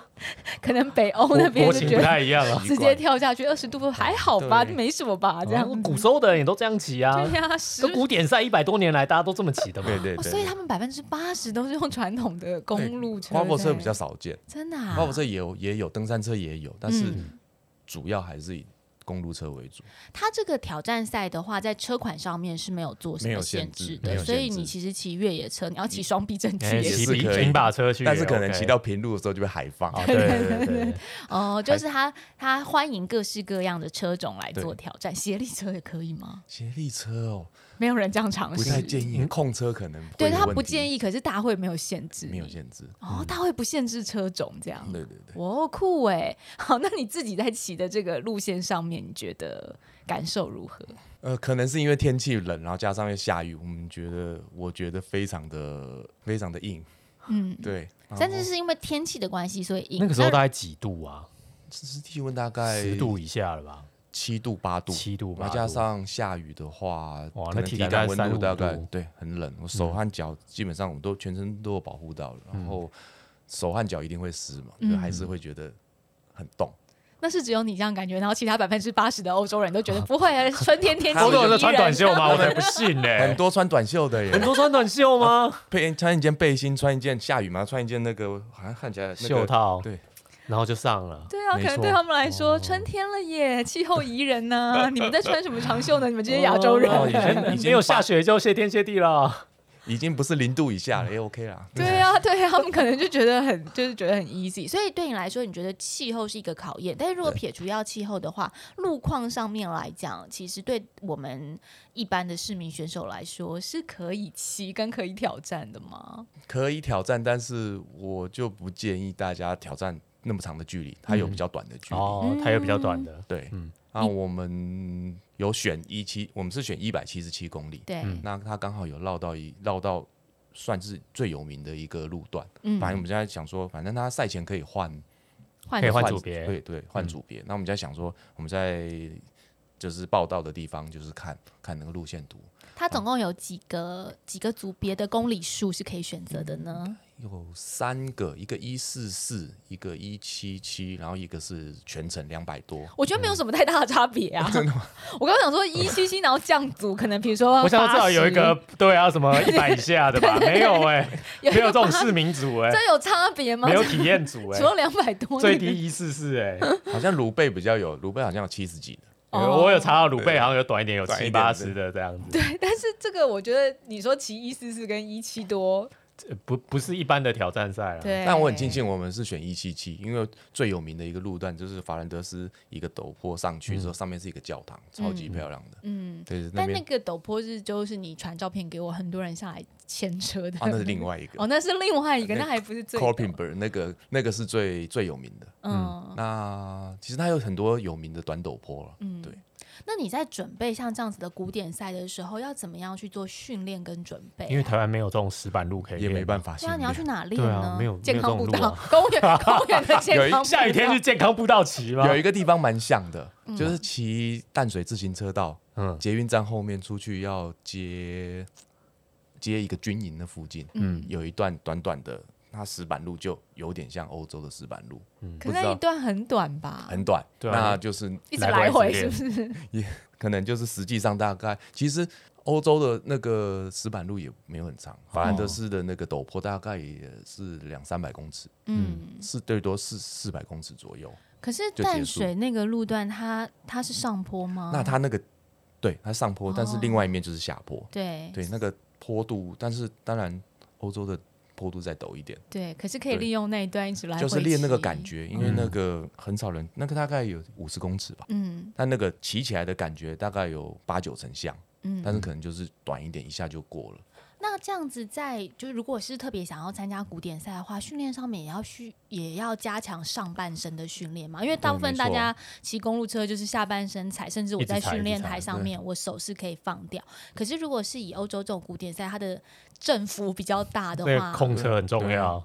可能北欧国那边国就情觉不得太一样了。直接跳下去二十度还好吧，对哦没什么吧， 这然样后。哦古时候的人也都这样骑啊，对呀，十这。古典赛一百多年来大家都这么骑的嘛。对对哦所以对他们百分之八十都是用传统的公路车在， ，gravel 车比较少见真的啊。 ，gravel 车也有也有，登山车也有，但是嗯主要还是以公路车为主。它这个挑战赛的话，在车款上面是没有做什没么有限限制制没的，有所以限制嗯你其实骑越野车，你要骑双避震区哎也骑是平可以平把车去也但 OK，是可能骑到平路的时候就被海放。哦，对 对对对，哦，就是他他欢迎各式各样的车种来做对挑战，协力车也可以吗？协力车哦，没有人这样尝不太试。建议，控车可能嗯对他不建议，议，可是大会没有限制，没有限制。哦，大会不限制车种这样，对对对，哦，酷哎！好，那你自己在骑的这个路线上面，你觉得感受如何？呃，可能是因为天气冷，然后加上又下雨，我们觉得我觉得非常的非常的硬，嗯，对，但是是因为天气的关系，所以赢那个时候大概几度啊？只是气温大概十度以下了吧？七度八度，七度八然度后加上下雨的话，哇可那能体体感感大概温度大35概度嗯对很冷，我手和脚基本上我都全身都有保护到了，然后手和脚一定会湿嘛，就还是会觉得很冻。那是只有你这样感觉，然后其他百分之八十的欧洲人都觉得不会 啊，春天天气欧洲人在宜穿人短袖吗？啊 我才不信呢、很多哦穿短袖的耶，哎很多穿短袖吗？配穿一件背心，穿一件下雨嘛，穿一件那个好像看起来、那个 袖套对，然后就上了。对啊，可没能错对他们来说，春天了耶，气候宜人呐、你们在穿什么长袖呢？你们这些亚洲人。 哦已经已经没有下雪就谢天谢地 了。已经不是零度以下嗯了，也 OK 啦。对啊，对啊，他们可能就觉得很，就是觉得很 easy。所以对你来说，你觉得气候是一个考验，但是如果对撇除掉气候的话，路况上面来讲，其实对我们一般的市民选手来说是可以骑跟可以挑战的吗？可以挑战，但是我就不建议大家挑战那么长的距离，它有嗯比较短的距离。哦，它有比较短的，对，嗯那我们有选一七，我们是选一百七十七公里，对，嗯那它刚好有绕到一绕到算是最有名的一个路段。嗯，反正我们现在想说，反正它赛前可以换换可以换换组别对对，换嗯组别。那我们在想说，我们在就是报道的地方，就是看看那个路线图，它总共有几个几个组别的公里数是可以选择的呢？有三个，一个一四四，一个一七七，然后一个是全程两百多。我觉得没有什么太大的差别啊。真的吗？ 我刚刚想说一七七，然后降组，可能比如说我想至少80有一个对啊，什么一百以下的吧？没有哎，有一没有个这种市民组哎，这有差别吗？没有体验组哎除，了两百多，最你们低一四四哎。好像卢贝比较有，卢贝好像有七十几的。哦有我有查到鲁贝好像有短一点，有短七一点八十的这样子，对， 但是这个我觉得你说骑一四四跟一七多，呃不不是一般的挑战赛了。，对，啊但我很庆。幸我们是选一七七，因为最有名的一个路段就是法兰德斯一个陡坡上去之后，上面是一个教堂，超级漂亮的。嗯，对，那但那边个陡坡是就是你传照片给我，很多人下来牵车的。啊，那是另外一个 哦，那是另外一个，那那还不是最 c o r p i n b e r 那个那个是最最有名的。嗯，那其实它有很多有名的短陡坡啊了。嗯对。那你在准备像这样子的古典赛的时候，要怎么样去做训练跟准备啊？因为台湾没有这种石板路可以，也没办。法对训啊，练。你要去哪练对啊呢？没有健康步没有这种道 路、啊公园、 公园的健有一康步道。下雨天是健康步道骑吗？有一个地方蛮像的，嗯就是骑淡水自行车道，嗯捷运站后面出去要接接一个军营的附近，嗯嗯，有一段短短的，它石板路就有点像欧洲的石板路，可是不知那道一段很短吧？很短，对啊那就是一直来来回回之是恋不是？可能就是实际上大概其实。欧洲的那个石板路也没有很长，法兰德斯的那个陡坡大概也是两三百公尺，嗯，是最多是四百公尺左右。可是就结淡束水那个路段它，它是上坡吗？那它那个对它上坡，但是另外一面就是下坡，对对，那个坡度，但是当然欧洲的坡度再陡一点，对，可是可以对利用那一段一直来，就是练那个感。觉，嗯因为那个很少人，那个大概有五十公尺吧，嗯但那个骑起来的感觉大概有八九成像，嗯，但是可能就是短一点，一下就过了。那这样子在就是如果是特别想要参加古典赛的话，训练上面也要需也要加强上半身的训练嘛，因嗯为大部分对没大错家骑公路车就是下半身踩，甚至我一直在踩训练一直踩台上面我手是可以放掉，可是如果是以欧洲这种古典赛，它的振幅比较大的那话个，控车很重要，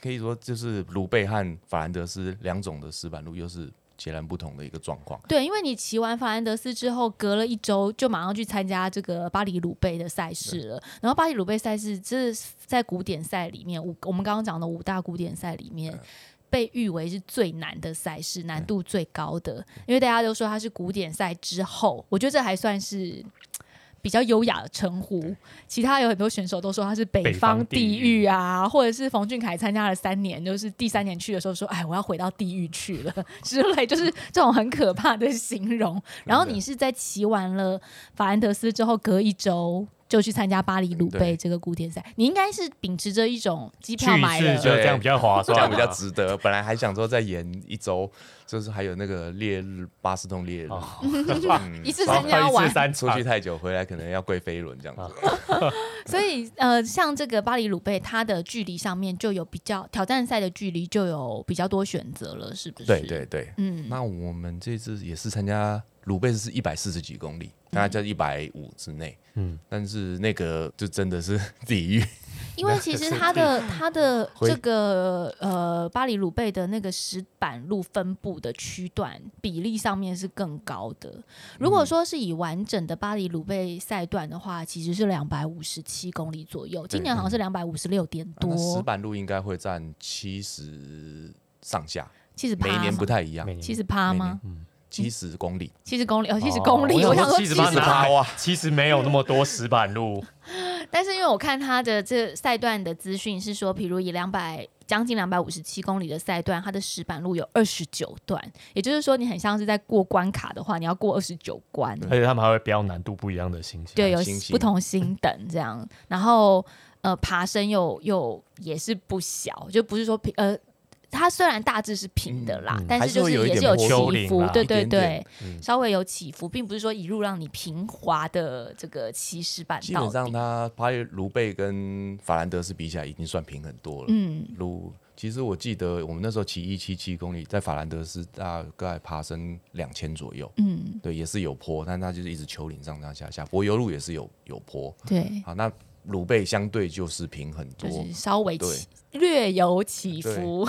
可以说就是卢贝和法兰德斯两种的石板路又是截然不同的一个状况。对，因为你骑完法兰德斯之后，隔了一周就马上去参加这个巴黎鲁贝的赛事了。然后巴黎鲁贝赛事，这是在古典赛里面五，我们刚刚讲的五大古典赛里面。被誉为是最难的赛事，难度最高的，因为大家都说它是古典赛之后，我觉得这还算是比较优雅的称呼。其他有很多选手都说他是北北方方地地狱狱啊，或者是冯俊凯参加了三年，就是第三年去的时候说，哎，我要回到地狱去了 之类，就是这种很可怕的形容。然后你是在骑完了法兰德斯之后，隔一周。就去参加巴黎鲁贝对这个古典赛，你应该是秉持着一种机去票一买次了，就这样比较划这算样啊，比较值得。本来还想说再延一周，就是还有那个烈日巴斯通烈日，嗯 哦一次包参加括一完次，三啊出场去太久回来可能要跪飞轮这样子。所以呃，像这个巴黎鲁贝，它的距离上面就有比较挑战赛的距离就有比较多选择了，是不是？对对，对，嗯，那我们这次也是参加鲁贝是一百四十几公里，嗯大概在一百五之内。嗯嗯，但是那个就真的是 地狱，因为其实它的它的回这个呃巴黎鲁贝的那个石板路分布的区段比例上面是更高的。嗯如果说是以完整的巴黎鲁贝赛段的话，其实是两百五十七公里左右，今年好像是两百五十六点嗯啊那石多，板路应该会占七十上下，七十每一趴年嘛不，太一样嗯每，年七十趴吗？七十公嗯里。七十公里哦，七十哦公里，我想说七十70八趴哪哇其实没有那么多石板路，但是因为我看他的这赛段的资讯是说，比如以两百将近两百五十七公里的赛段，它的石板路有二十九段，也就是说，你很像是在过关卡的话，你要过二十九关。而且他们还会标难度不一样的星星。对，有星星不同星等这样，然后呃，爬升又又也是不小，就不是说平呃，它虽然大致是平的啦，嗯嗯但还是是就会有一也是点有坡丘起陵伏啦，对啊一对点对点，嗯稍微有起伏，并不是说一路让你平滑的这个起始板基道本上地他巴黎卢贝跟法兰德斯比起来，已经算平很多了。嗯，路，其实我记得我们那时候骑一七七公里，在法兰德斯大概爬升两千左右，嗯，对，也是有坡，但它就是一直丘陵上上下下。柏油路也是有有坡，对，好，那鲁贝相对就是平很就多，是稍微对起略有起伏，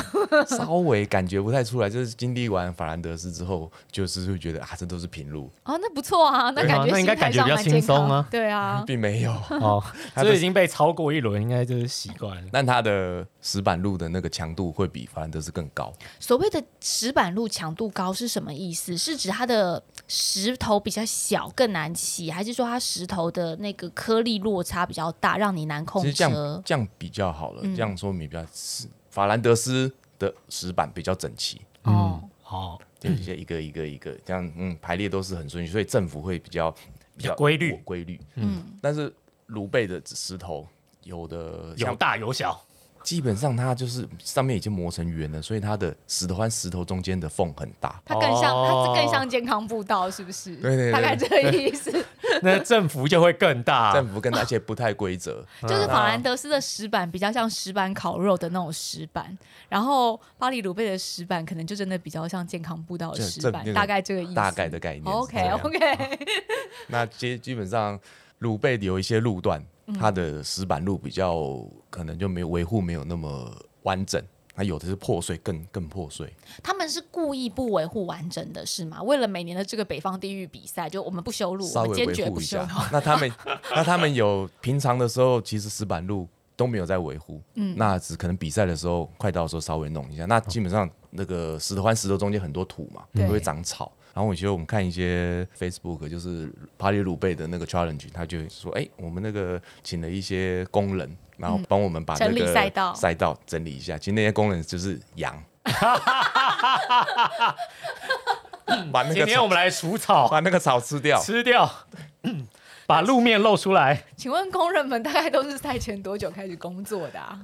稍微感觉不太出来。就是经历完法兰德斯之后，就是会觉得啊，这都是平路， 哦，那不错啊，那对啊感觉那应该心态感觉上比较蛮健轻松康啊对 啊，并没有。哦，它的所以已经被超过一轮，应该就是习惯了。但它的石板路的那个强度会比法兰德斯更高，所谓的石板路强度高是什么意思？是指它的石头比较小，更难骑，还是说它石头的那个颗粒落差比较大，让你难控其实这样车？这样比较好了，嗯这样说明比较是法兰德斯的石板比较整齐，嗯哦，好，对，就一个一个一个这样，嗯，排列都是很顺序，所以政府会比较比较规律规律。嗯，但是卢贝的石头有的有像大有小，基本上它就是上面已经磨成圆了，所以它的石头和石头中间的缝很大。它更像，它哦更像健康步道，是不是？对对对大概这个意思。那振幅就会更大。政府跟它而且不太规 则，就是法嗯兰德斯的石板比较像石板烤肉的那种石板，然后巴黎鲁贝的石板可能就真的比较像健康步道的这石这板，那个大概这个意思。大概的概念是这哦 OK 样。 OK， 那基基本上鲁贝有一些路段，它的石板路比较可能就没有维护没有那么完整，它有的是破碎，更更破碎。他们是故意不维护完整的，是吗？为了每年的这个北方地域比赛，就我们不修路，稍我们微坚维决护不一修下路。。那他们，那他们有平常的时候，其实石板路都没有在维护，嗯，那只可能比赛的时候，快到的时候稍微弄一下。那基本上那个石头和石头中间很多土嘛，对都会长草。然后我觉得我们看一些 Facebook，就是巴黎鲁贝的那个 challenge，他就说，哎、我们那个请了一些工人，然后帮我们把那嗯整理个赛道赛道整理一下。其实那些工人就是羊， 把那今个天我草们来除草， 把那个草吃掉。吃掉，把路面露出来。 请问工人们大概都是赛前多久开始工作呃的啊？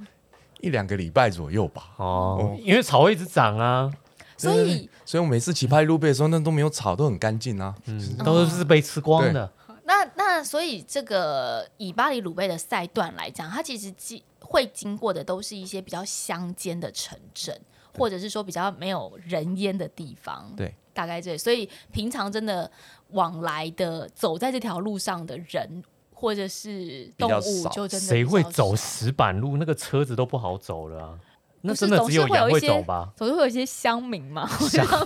一两个礼拜左右吧。哦，因为草会一直长啊，所对对以对所以我每次骑拍路背的时候，那都没有草，都很干净啊。嗯，都是被吃光的。那那所以这个以巴黎鲁贝的赛段来讲，它其实经会经过的都是一些比较乡间的城镇，或者是说比较没有人烟的地方。对，大概这里。所以平常真的往来的走在这条路上的人或者是动较物，少就真的谁比会较少走石板路？那个车子都不好走了啊。那不是真的总只是有会羊有一会些走吧？总是会有一些乡民嘛，我想说，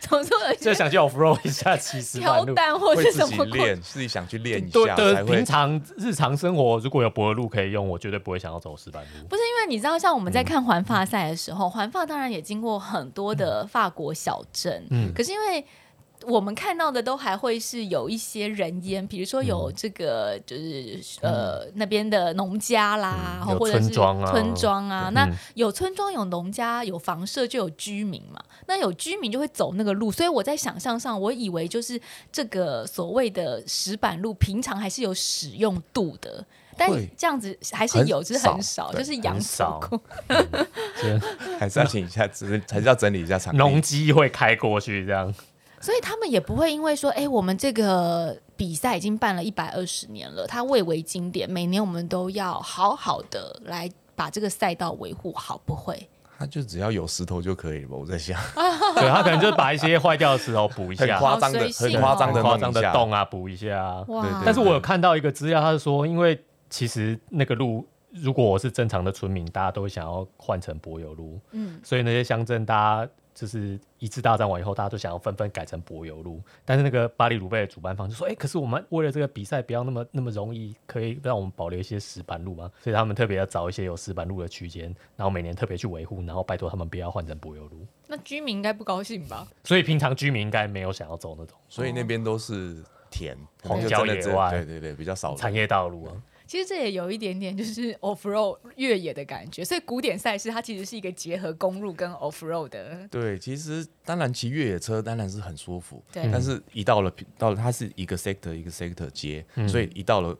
总是会有一这些想叫我 roll 一下骑石板挑路。担或会者自什己么鬼 练，自己想去练一对下对，才平会。常日常生活如果有柏油路可以用，我绝对不会想要走石板路。不是因为你知道，像我们嗯在看环法赛的时候，环、法当然也经过很多的法国小镇，嗯可是因为。我们看到的都还会是有一些人烟，比如说嗯有这个就是、呃那边的农家啦，嗯有或者是村庄啊村庄啊那嗯有村庄有农家有房舍就有居民嘛，那有居民就会走那个路，所以我在想象上，我以为就是这个所谓的石板路，平常还是有使用度的，但会这样子还是很有，只是很少少，对就是养很少狗狗还是要请一下，只是还是要整理一下场农地。机会开过去 这样，所以他们也不会因为说，哎、我们这个比赛已经办了一百二十年了，它蔚为经典，每年我们都要好好的来把这个赛道维护好，不会？他就只要有石头就可以了吧？我在 想，对他可能就把一些坏掉的石头补一很下，夸张的好，随很性哦夸张的很夸张的洞。洞啊补一下啊。对对哇！对但是我有看到一个资料，他是说，因为其实那个路，如果我是正常的村民，大家都会想要换成柏油路，嗯，所以那些乡镇大家就是一次大战完以后，大家都想要纷纷改成柏油路。但是那个巴黎鲁贝的主办方就说：“哎、可是我们为了这个比赛不要那么那么容易，可以让我们保留一些石板路嘛，所以他们特别要找一些有石板路的区间，然后每年特别去维护，然后拜托他们不要换成柏油路。那居民应该不高兴吧？所以平常居民应该没有想要走那种所以那边都是田，可荒能就郊真的野只外对对对，比较少人。产业道路啊。其实这也有一点点就是 off road 越野的感觉，所以古典赛事它其实是一个结合公路跟 off road 的。对，其实当然骑越野车当然是很舒服，对，但是一到了到了它是一个 sector 一个 sector 接，所以一到了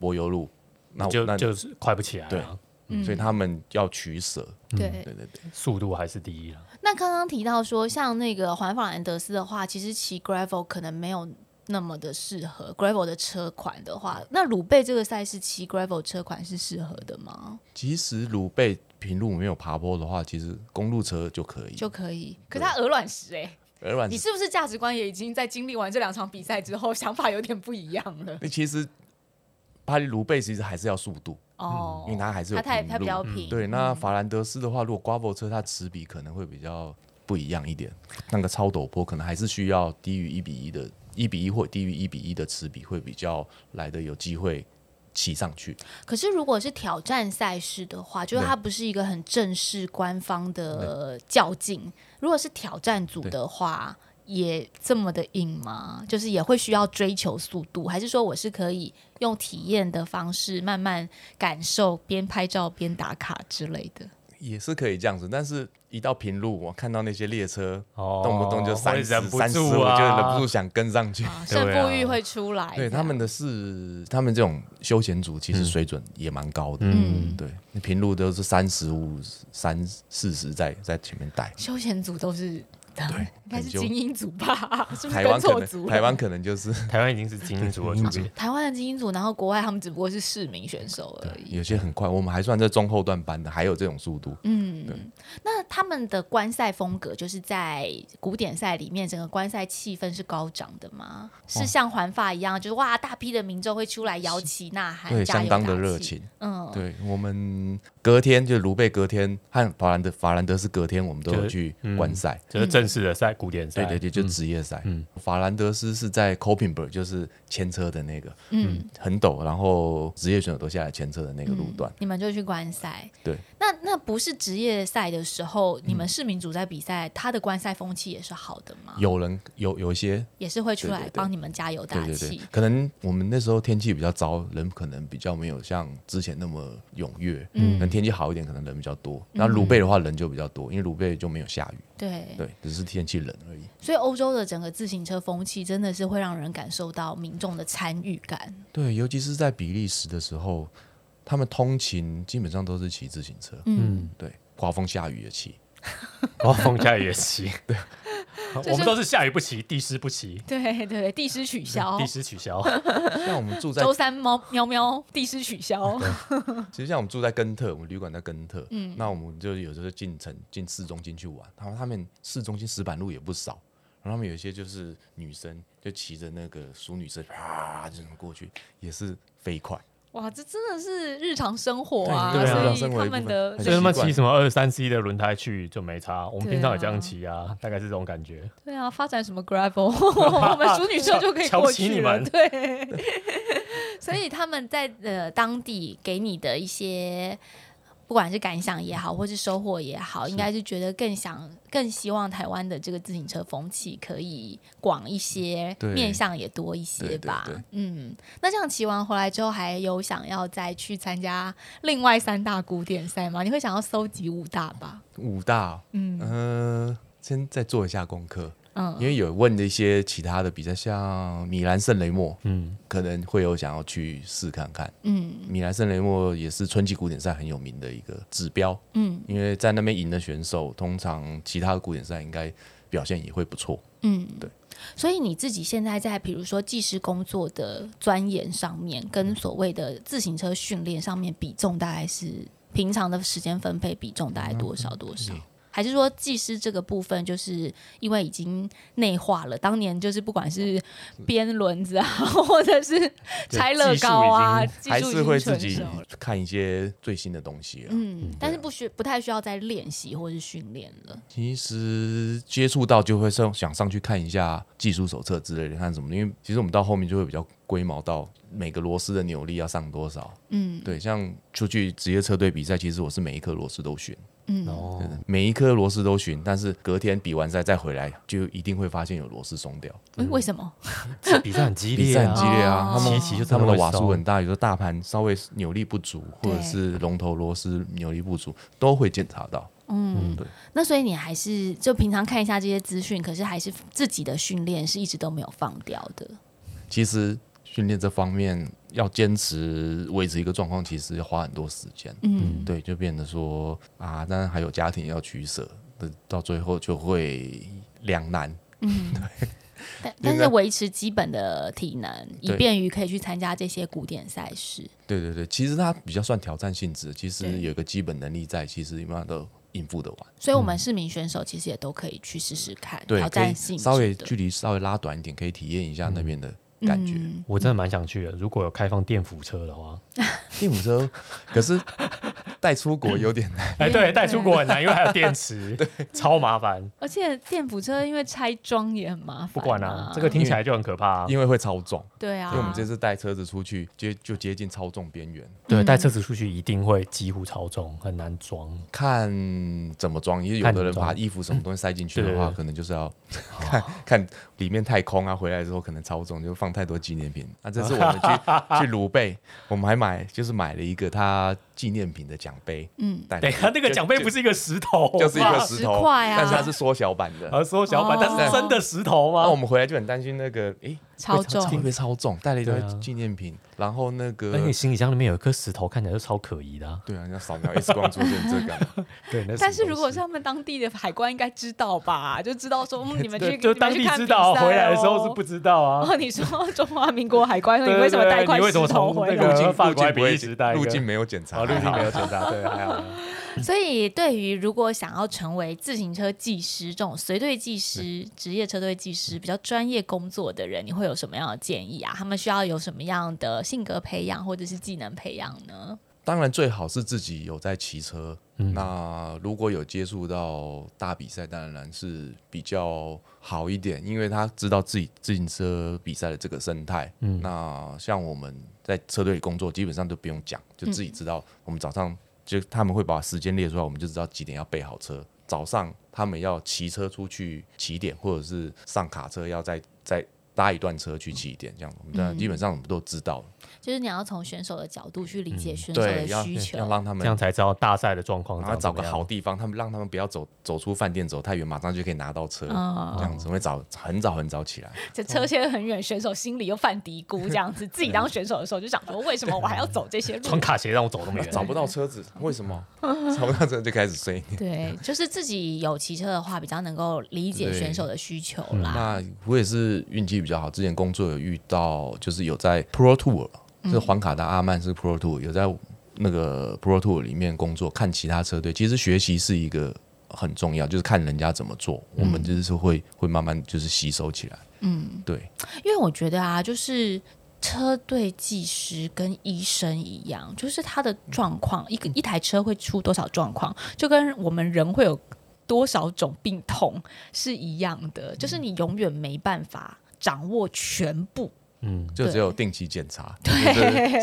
柏油路，那我嗯就那就是快不起来啊对了，嗯所嗯以他们要取舍，对对对对，速度还是第一啊了。那刚刚提到说，像那个环法兰德斯的话，其实骑 gravel 可能没有那么的适合 gravel 的车款的话，那鲁贝这个赛事骑 gravel 车款是适合的吗？其实鲁贝平路没有爬坡的话，其实公路车就可以，就可以。可是它鹅卵石哎、欸，而软你是不是价值观也已经在经历完这两场比赛之后，想法有点不一样了？那其实巴黎卢贝其实还是要速度，哦因为它还是有它太它平路。嗯比嗯较平，对，那法兰德斯的话，如果 gravel 车它齿比可能会比较不一样一点，那个超陡坡可能还是需要低于一比一的，一比一或低于一比一的齿比会比较来的有机会骑上去。可是如果是挑战赛事的话，就是它不是一个很正式官方的较劲。如果是挑战组的话，也这么的硬吗？就是也会需要追求速度，还是说我是可以用体验的方式慢慢感受，边拍照边打卡之类的？也是可以这样子，但是一到平路，我看到那些列车哦动不动就会三十、忍不三十五，住我啊就忍不住想跟上 去。啊，对胜啊负欲会出来。对，他们的是他们这种休闲组，其实水准也蛮高的。嗯对，那平路都是三十五、三四十在在前面带。休闲组都是，呃对，应该是很久精英组 吧？是不是台跟湾可错组能了？台湾可能就是台湾已经是精英嗯组了，是不是？台湾的精英组，然后国外他们只不过是市民选手而已。有些很快，我们还算在中后段班的，还有这种速度。嗯，那他们的观赛风格就是在古典赛里面，整个观赛气氛是高涨的吗？哦是像环法一样，就是哇，大批的民众会出来摇旗呐喊，对，加相油当的打热气。情。嗯，对我们隔天就卢贝隔天和法兰德法兰德斯隔天，我们都有就去嗯观赛。就是正式的赛，古典赛，对对对，就职业赛。嗯法兰德斯是在 Copingberg，就是牵车的那个，嗯，很陡，然后职业选手都下来牵车的那个路段。你们就去观赛。对，那那不是职业赛的时候，你们市民组在比赛，他的观赛风气也是好的吗？有人有有一些，也是会嗯出对来对对帮你们加油对打对对气。，可能我们那时候天气比较糟，人可能比较没有像之前那么踊跃。嗯可能天气好一点，可能人比较多。那鲁贝的话，人就比较多，因为鲁贝就没有下雨，对，对，只是天气冷而已。所以欧洲的整个自行车风气真的是会让人感受到民众的参与感。对，尤其是在比利时的时候，他们通勤基本上都是骑自行车，嗯，对，刮风下雨也骑。然后放假 也骑。对，我们都是下雨不骑，地湿不骑，对对，地师取消地，湿取 消。像我们住在周三猫喵喵，地师取消。其实像我们住在根特，我们旅馆在根特，那我们就有时候进城进市中心去玩，然后他们市中心石板路也不少，然后他们有一些就是女生就骑着那个淑女车啪就这么过去，也是飞快，哇，这真的是日常生活啊，对对啊所以他们的日常生活一部分所以他们骑什么二三 C 的轮胎去就没差，我们对啊平常也这样骑啊，大概是这种感觉。对啊，发展什么 gravel，我们淑女社就可以瞧过不起去你了。们对，所以他们在呃当地给你的一些，不管是感想也好，或是收获也好，应该是觉得更想、更希望台湾的这个自行车风气可以广一些，对面向也多一些对对吧。对嗯，那这样骑完回来之后，还有想要再去参加另外三大古典赛吗？你会想要搜集五大吧？武大，嗯嗯、先再做一下功课，嗯因为有问一些其他的比赛，像米兰圣雷默，嗯，可能会有想要去试看看。嗯米兰圣雷默也是春季古典赛很有名的一个指标，嗯因为在那边赢的选手，通常其他的古典赛应该表现也会不错。嗯，对。所以你自己现在在比如说技师工作的钻研上面，嗯跟所谓的自行车训练上面比重大概是平常的时间分配比重大概嗯多少多少？还是说技师这个部分，就是因为已经内化了，当年就是不管是嗯编轮子啊，或者 是拆乐高啊，技还术已是经会自纯己熟了。看一些最新的东西、啊。嗯，但是不需不太需要再练习或是训练了。其实接触到就会上想上去看一下技术手册之类的，看什么的。因为其实我们到后面就会比较龟毛到每个螺丝的扭力要上多少。嗯对，像出去职业车队比赛，其实我是每一颗螺丝都选，嗯，哦，每一颗螺丝都选，但是隔天比完赛再回来，就一定会发现有螺丝松掉。诶为什么？这比赛很激比烈赛啊，很激烈啊，哦他们骑一骑就他真们的会瓦数松很大，有时候大盘稍微扭力不足，或者对是龙头螺丝扭力不足，都会检查到。嗯，对。那所以你还是就平常看一下这些资讯，可是还是自己的训练是一直都没有放掉的。其实训练这方面要坚持维持一个状况，其实要花很多时间。嗯，对，就变得说啊，当然还有家庭要取舍，那到最后就会两难。但现但是在维持基本的体能，以对便于可以去参加这些古典赛事。对对对，其实它比较算挑战性质，其实对有一个基本能力在，其实一般都应付得完。所以，我嗯们市民选手其实也都可以去试试看对挑，可以战性质的，稍微距离稍微拉短一点，可以体验一下那边的感觉。嗯我真的蛮想去的。如果有开放电扶车的 话，第五车，可是带出国有点难。哎，对，带出国很难，因为还有电 池，超麻烦。而且电辅车因为拆装也很麻烦、不管啊，这个听起来就很可怕啊。因为会超重，对嗯啊，因为我们这次带车子出去，接就接近超重边缘，对，嗯带车子出去一定会几乎超重，很难装。看怎么装。因为有的看怎么人把装衣服什么东西塞进去的对话，对哦对可能就是要 看看里面太空啊，回来之后可能超重，就放太多纪念品。那这次我 们去去鲁贝，我们还买就是买了一个它纪念品的奖杯，嗯嗯，带等一下，那个奖杯不是是一个石头，就是一个哇石十头，块啊但是它是缩小版的。而呃缩小版，但是真的石头那我吗？们回来就很担心那个，诶，超重会不会超重？带了一对啊堆纪念品，然后那而且个哎你，行李箱里面有一颗石头，看起来就超可疑的啊。对啊，人家扫描 X 光出现这 个，对，那但是如果是是他们当地的海关，应该知道吧？就知道说， 嗯，你们去对，就当地知道，哦回来的时候是不。知道然啊。后哦你说 中华民国海关，你为什么对对对带一块你为石什么头从回那个来？路径法路国还径比不利时带会，一个路径没有检查，啊，路还径好没有检查，对，还 好。 所以，对于如果想要成为自行车技师这种随队技师、职业车队技师比较专业工作的人，你会有什么样的建议啊？他们需要有什么样的性格培养或者是技能培养呢？当然最好是自己有在骑车。嗯那如果有接触到大比赛，当然是比较好一点，因为他知道自己自行车比赛的这个生态。嗯，那像我们在车队里工作，基本上都不用讲，嗯就自己知道。我们早上就他们会把时间列出来，我们就知道几点要备好车。早上他们要骑车出去起点，或者是上卡车要再再搭一段车去起点，这样我们嗯当然基本上我们都知道了。就是你要从选手的角度去理嗯解选手的对，要需求要。让他这们样才知道大赛的状况。然后哦找怎个么样好，地方，他们让他们不要走走出饭店走太远，马上就可以拿到车，嗯这样子会早很早很早起来。这车切得很远，选手心里又犯嘀咕，这样子。自己当选手的时候就想说，为什么我还要走这些路穿？卡鞋让我走那么远，找不到车子，为什么？找不到车就开始睡。对，就是自己有骑车的话，比较能够理解对嗯选手的需求啦。那我也是运气比较好，之前工作有遇到，就是有在 Pro Tour，是黄卡达阿曼是 Pro Tour，有在那个 Pro Tour 里面工作，看其他车队。其实学习是一个很重要，就是看人家怎么做，我们就是会会慢慢就是吸收起来。嗯，对。因为我觉得啊，就是车队技师跟医生一样，就是他嗯的状况，一个一台车会出多少状况，就跟我们人会有多少种病痛是一样的，就是嗯你永远没办法掌握全部。嗯，就只有定期检查，就是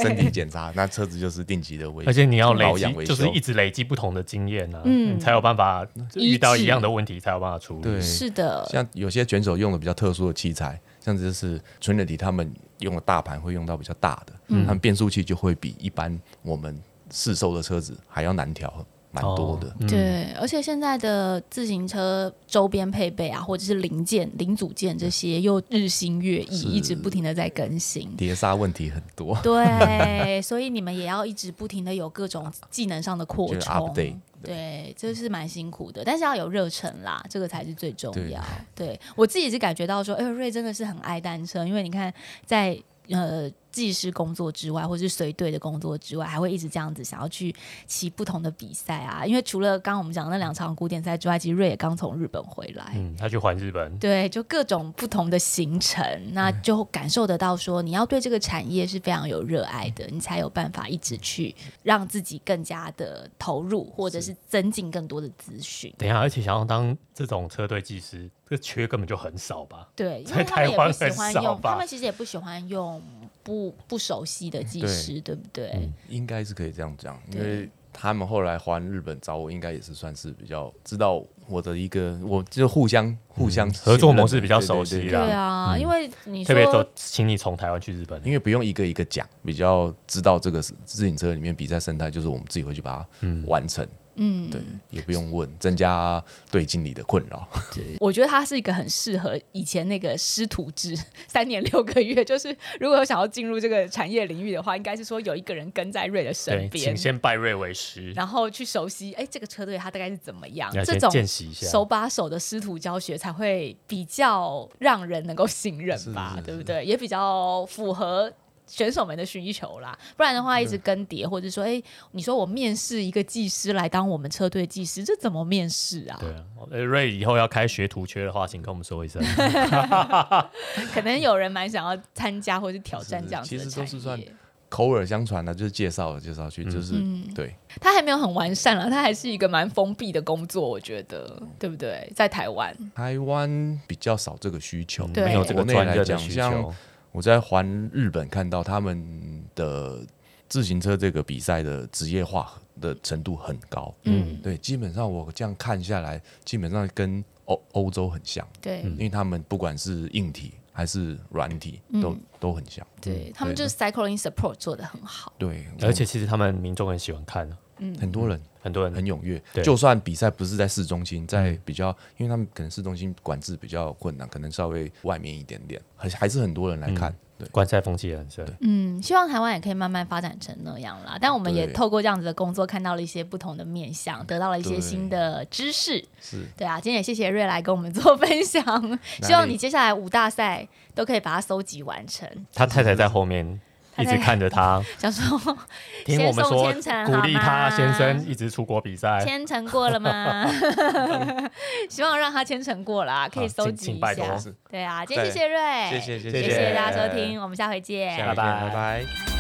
身体检查， 那车子就是定期的维而且你要累保积养，维就是修一直累积不同的经验啊，嗯你才有办法医遇到治一样的问题，才有办法处理。对，是的，像有些选手用的比较特殊的器材，像就是纯人体他们用的大盘会用到比较大的，他们变速器就会比一般我们市售的车子还要难调，蛮多的。哦嗯对，而且现在的自行车周边配备啊，或者是零件、零组件这些，又日新月异，是一直不停的在更新。碟刹问题很多， 对，所以你们也要一直不停的有各种技能上的扩就是 update，充。对对，这是蛮辛苦的，但是要有热忱啦，这个才是最重对要。对我自己是感觉到说，哎、瑞真的是很爱单车，因为你看在呃技师工作之外，或是随队的工作之外，还会一直这样子想要去骑不同的比赛啊。因为除了刚刚我们讲的那两场古典赛之外，其实瑞也刚从日本回来。嗯，他去环日本，对，就各种不同的行程，那就感受得到说，你要对这个产业是非常有热爱的，你才有办法一直去让自己更加的投入，或者是增进更多的资讯。等一下，而且想要当这种车队技师，这缺根本就很少吧？对，因在为他们也台湾不喜很欢少用，他吧们其实也不喜欢用不不熟悉的技师，对不对？嗯应该是可以这样讲，因对为他们后来还日本找我，应该也是算是比较知道我的一个，我就互相互相信任嗯合作模式比较熟悉对对对啦对啊，因为你嗯特别都说请你从台湾去日本，因为不用一个一个讲，比较知道这个是自行车里面比赛生态，就是我们自己会去把它完成，嗯，对，也不用问，增加对经理的困扰。我觉得他是一个很适合以前那个师徒制，三年六个月，就是如果有想要进入这个产业领域的话，应该是说有一个人跟在瑞的身对，边请，先拜瑞为师，然后去熟悉，哎，这个车队它大概是怎么样，要这先种见识一下。手把手的师徒教学才会比较让人能够信任吧，对不对？也比较符合。选手们的需求啦，不然的话一直更迭，或者说，哎、你说我面试一个技师来当我们车队技师，这怎么面试啊？对啊，呃瑞以后要开学徒缺的话，请跟我们说一 声。嗯可能有人蛮想要参加或是挑战这样子的是是产业。其实都是算口耳相传呢、就是介绍介绍去，就是、嗯对，他还没有很完善了，他还是一个蛮封闭的工作，我觉得，对不对？在台湾，台湾比较少这个需求，对没有这个国内专来任的讲需像求，我在环日本看到他们的自行车这个比赛的职业化的程度很高，嗯，对，基本上我这样看下来，基本上跟欧欧洲很像，对、嗯因为他们不管是硬体还是软体，都、都很像。对，他们就是 cycling support 做的很好，对，而且其实他们民众很喜欢看啊，很多人很多人很踊跃对，嗯就算比赛不是在市中心，在比较，因为他们可能市中心管制比较困难，可能稍微外面一点点，还还是很多人来看。对，观赛风气也很盛。嗯，希望台湾也可以慢慢发展成那样啦。但我们也对透过这样子的工作，看到了一些不同的面向，得到了一些对新的知识。是对啊，今天也谢谢瑞来跟我们做 分享，希望你接下来五大赛都可以把它搜集完成。他太太在后面一直看着 他，想说听我们说先送千层鼓励好吗他先生一直出国比赛。千层过了吗？ 希望让他千层过了啊，可以好搜请集请一拜托下。对啊，今天谢谢瑞，谢谢谢谢谢谢大家收听，我们下回见，拜拜拜拜。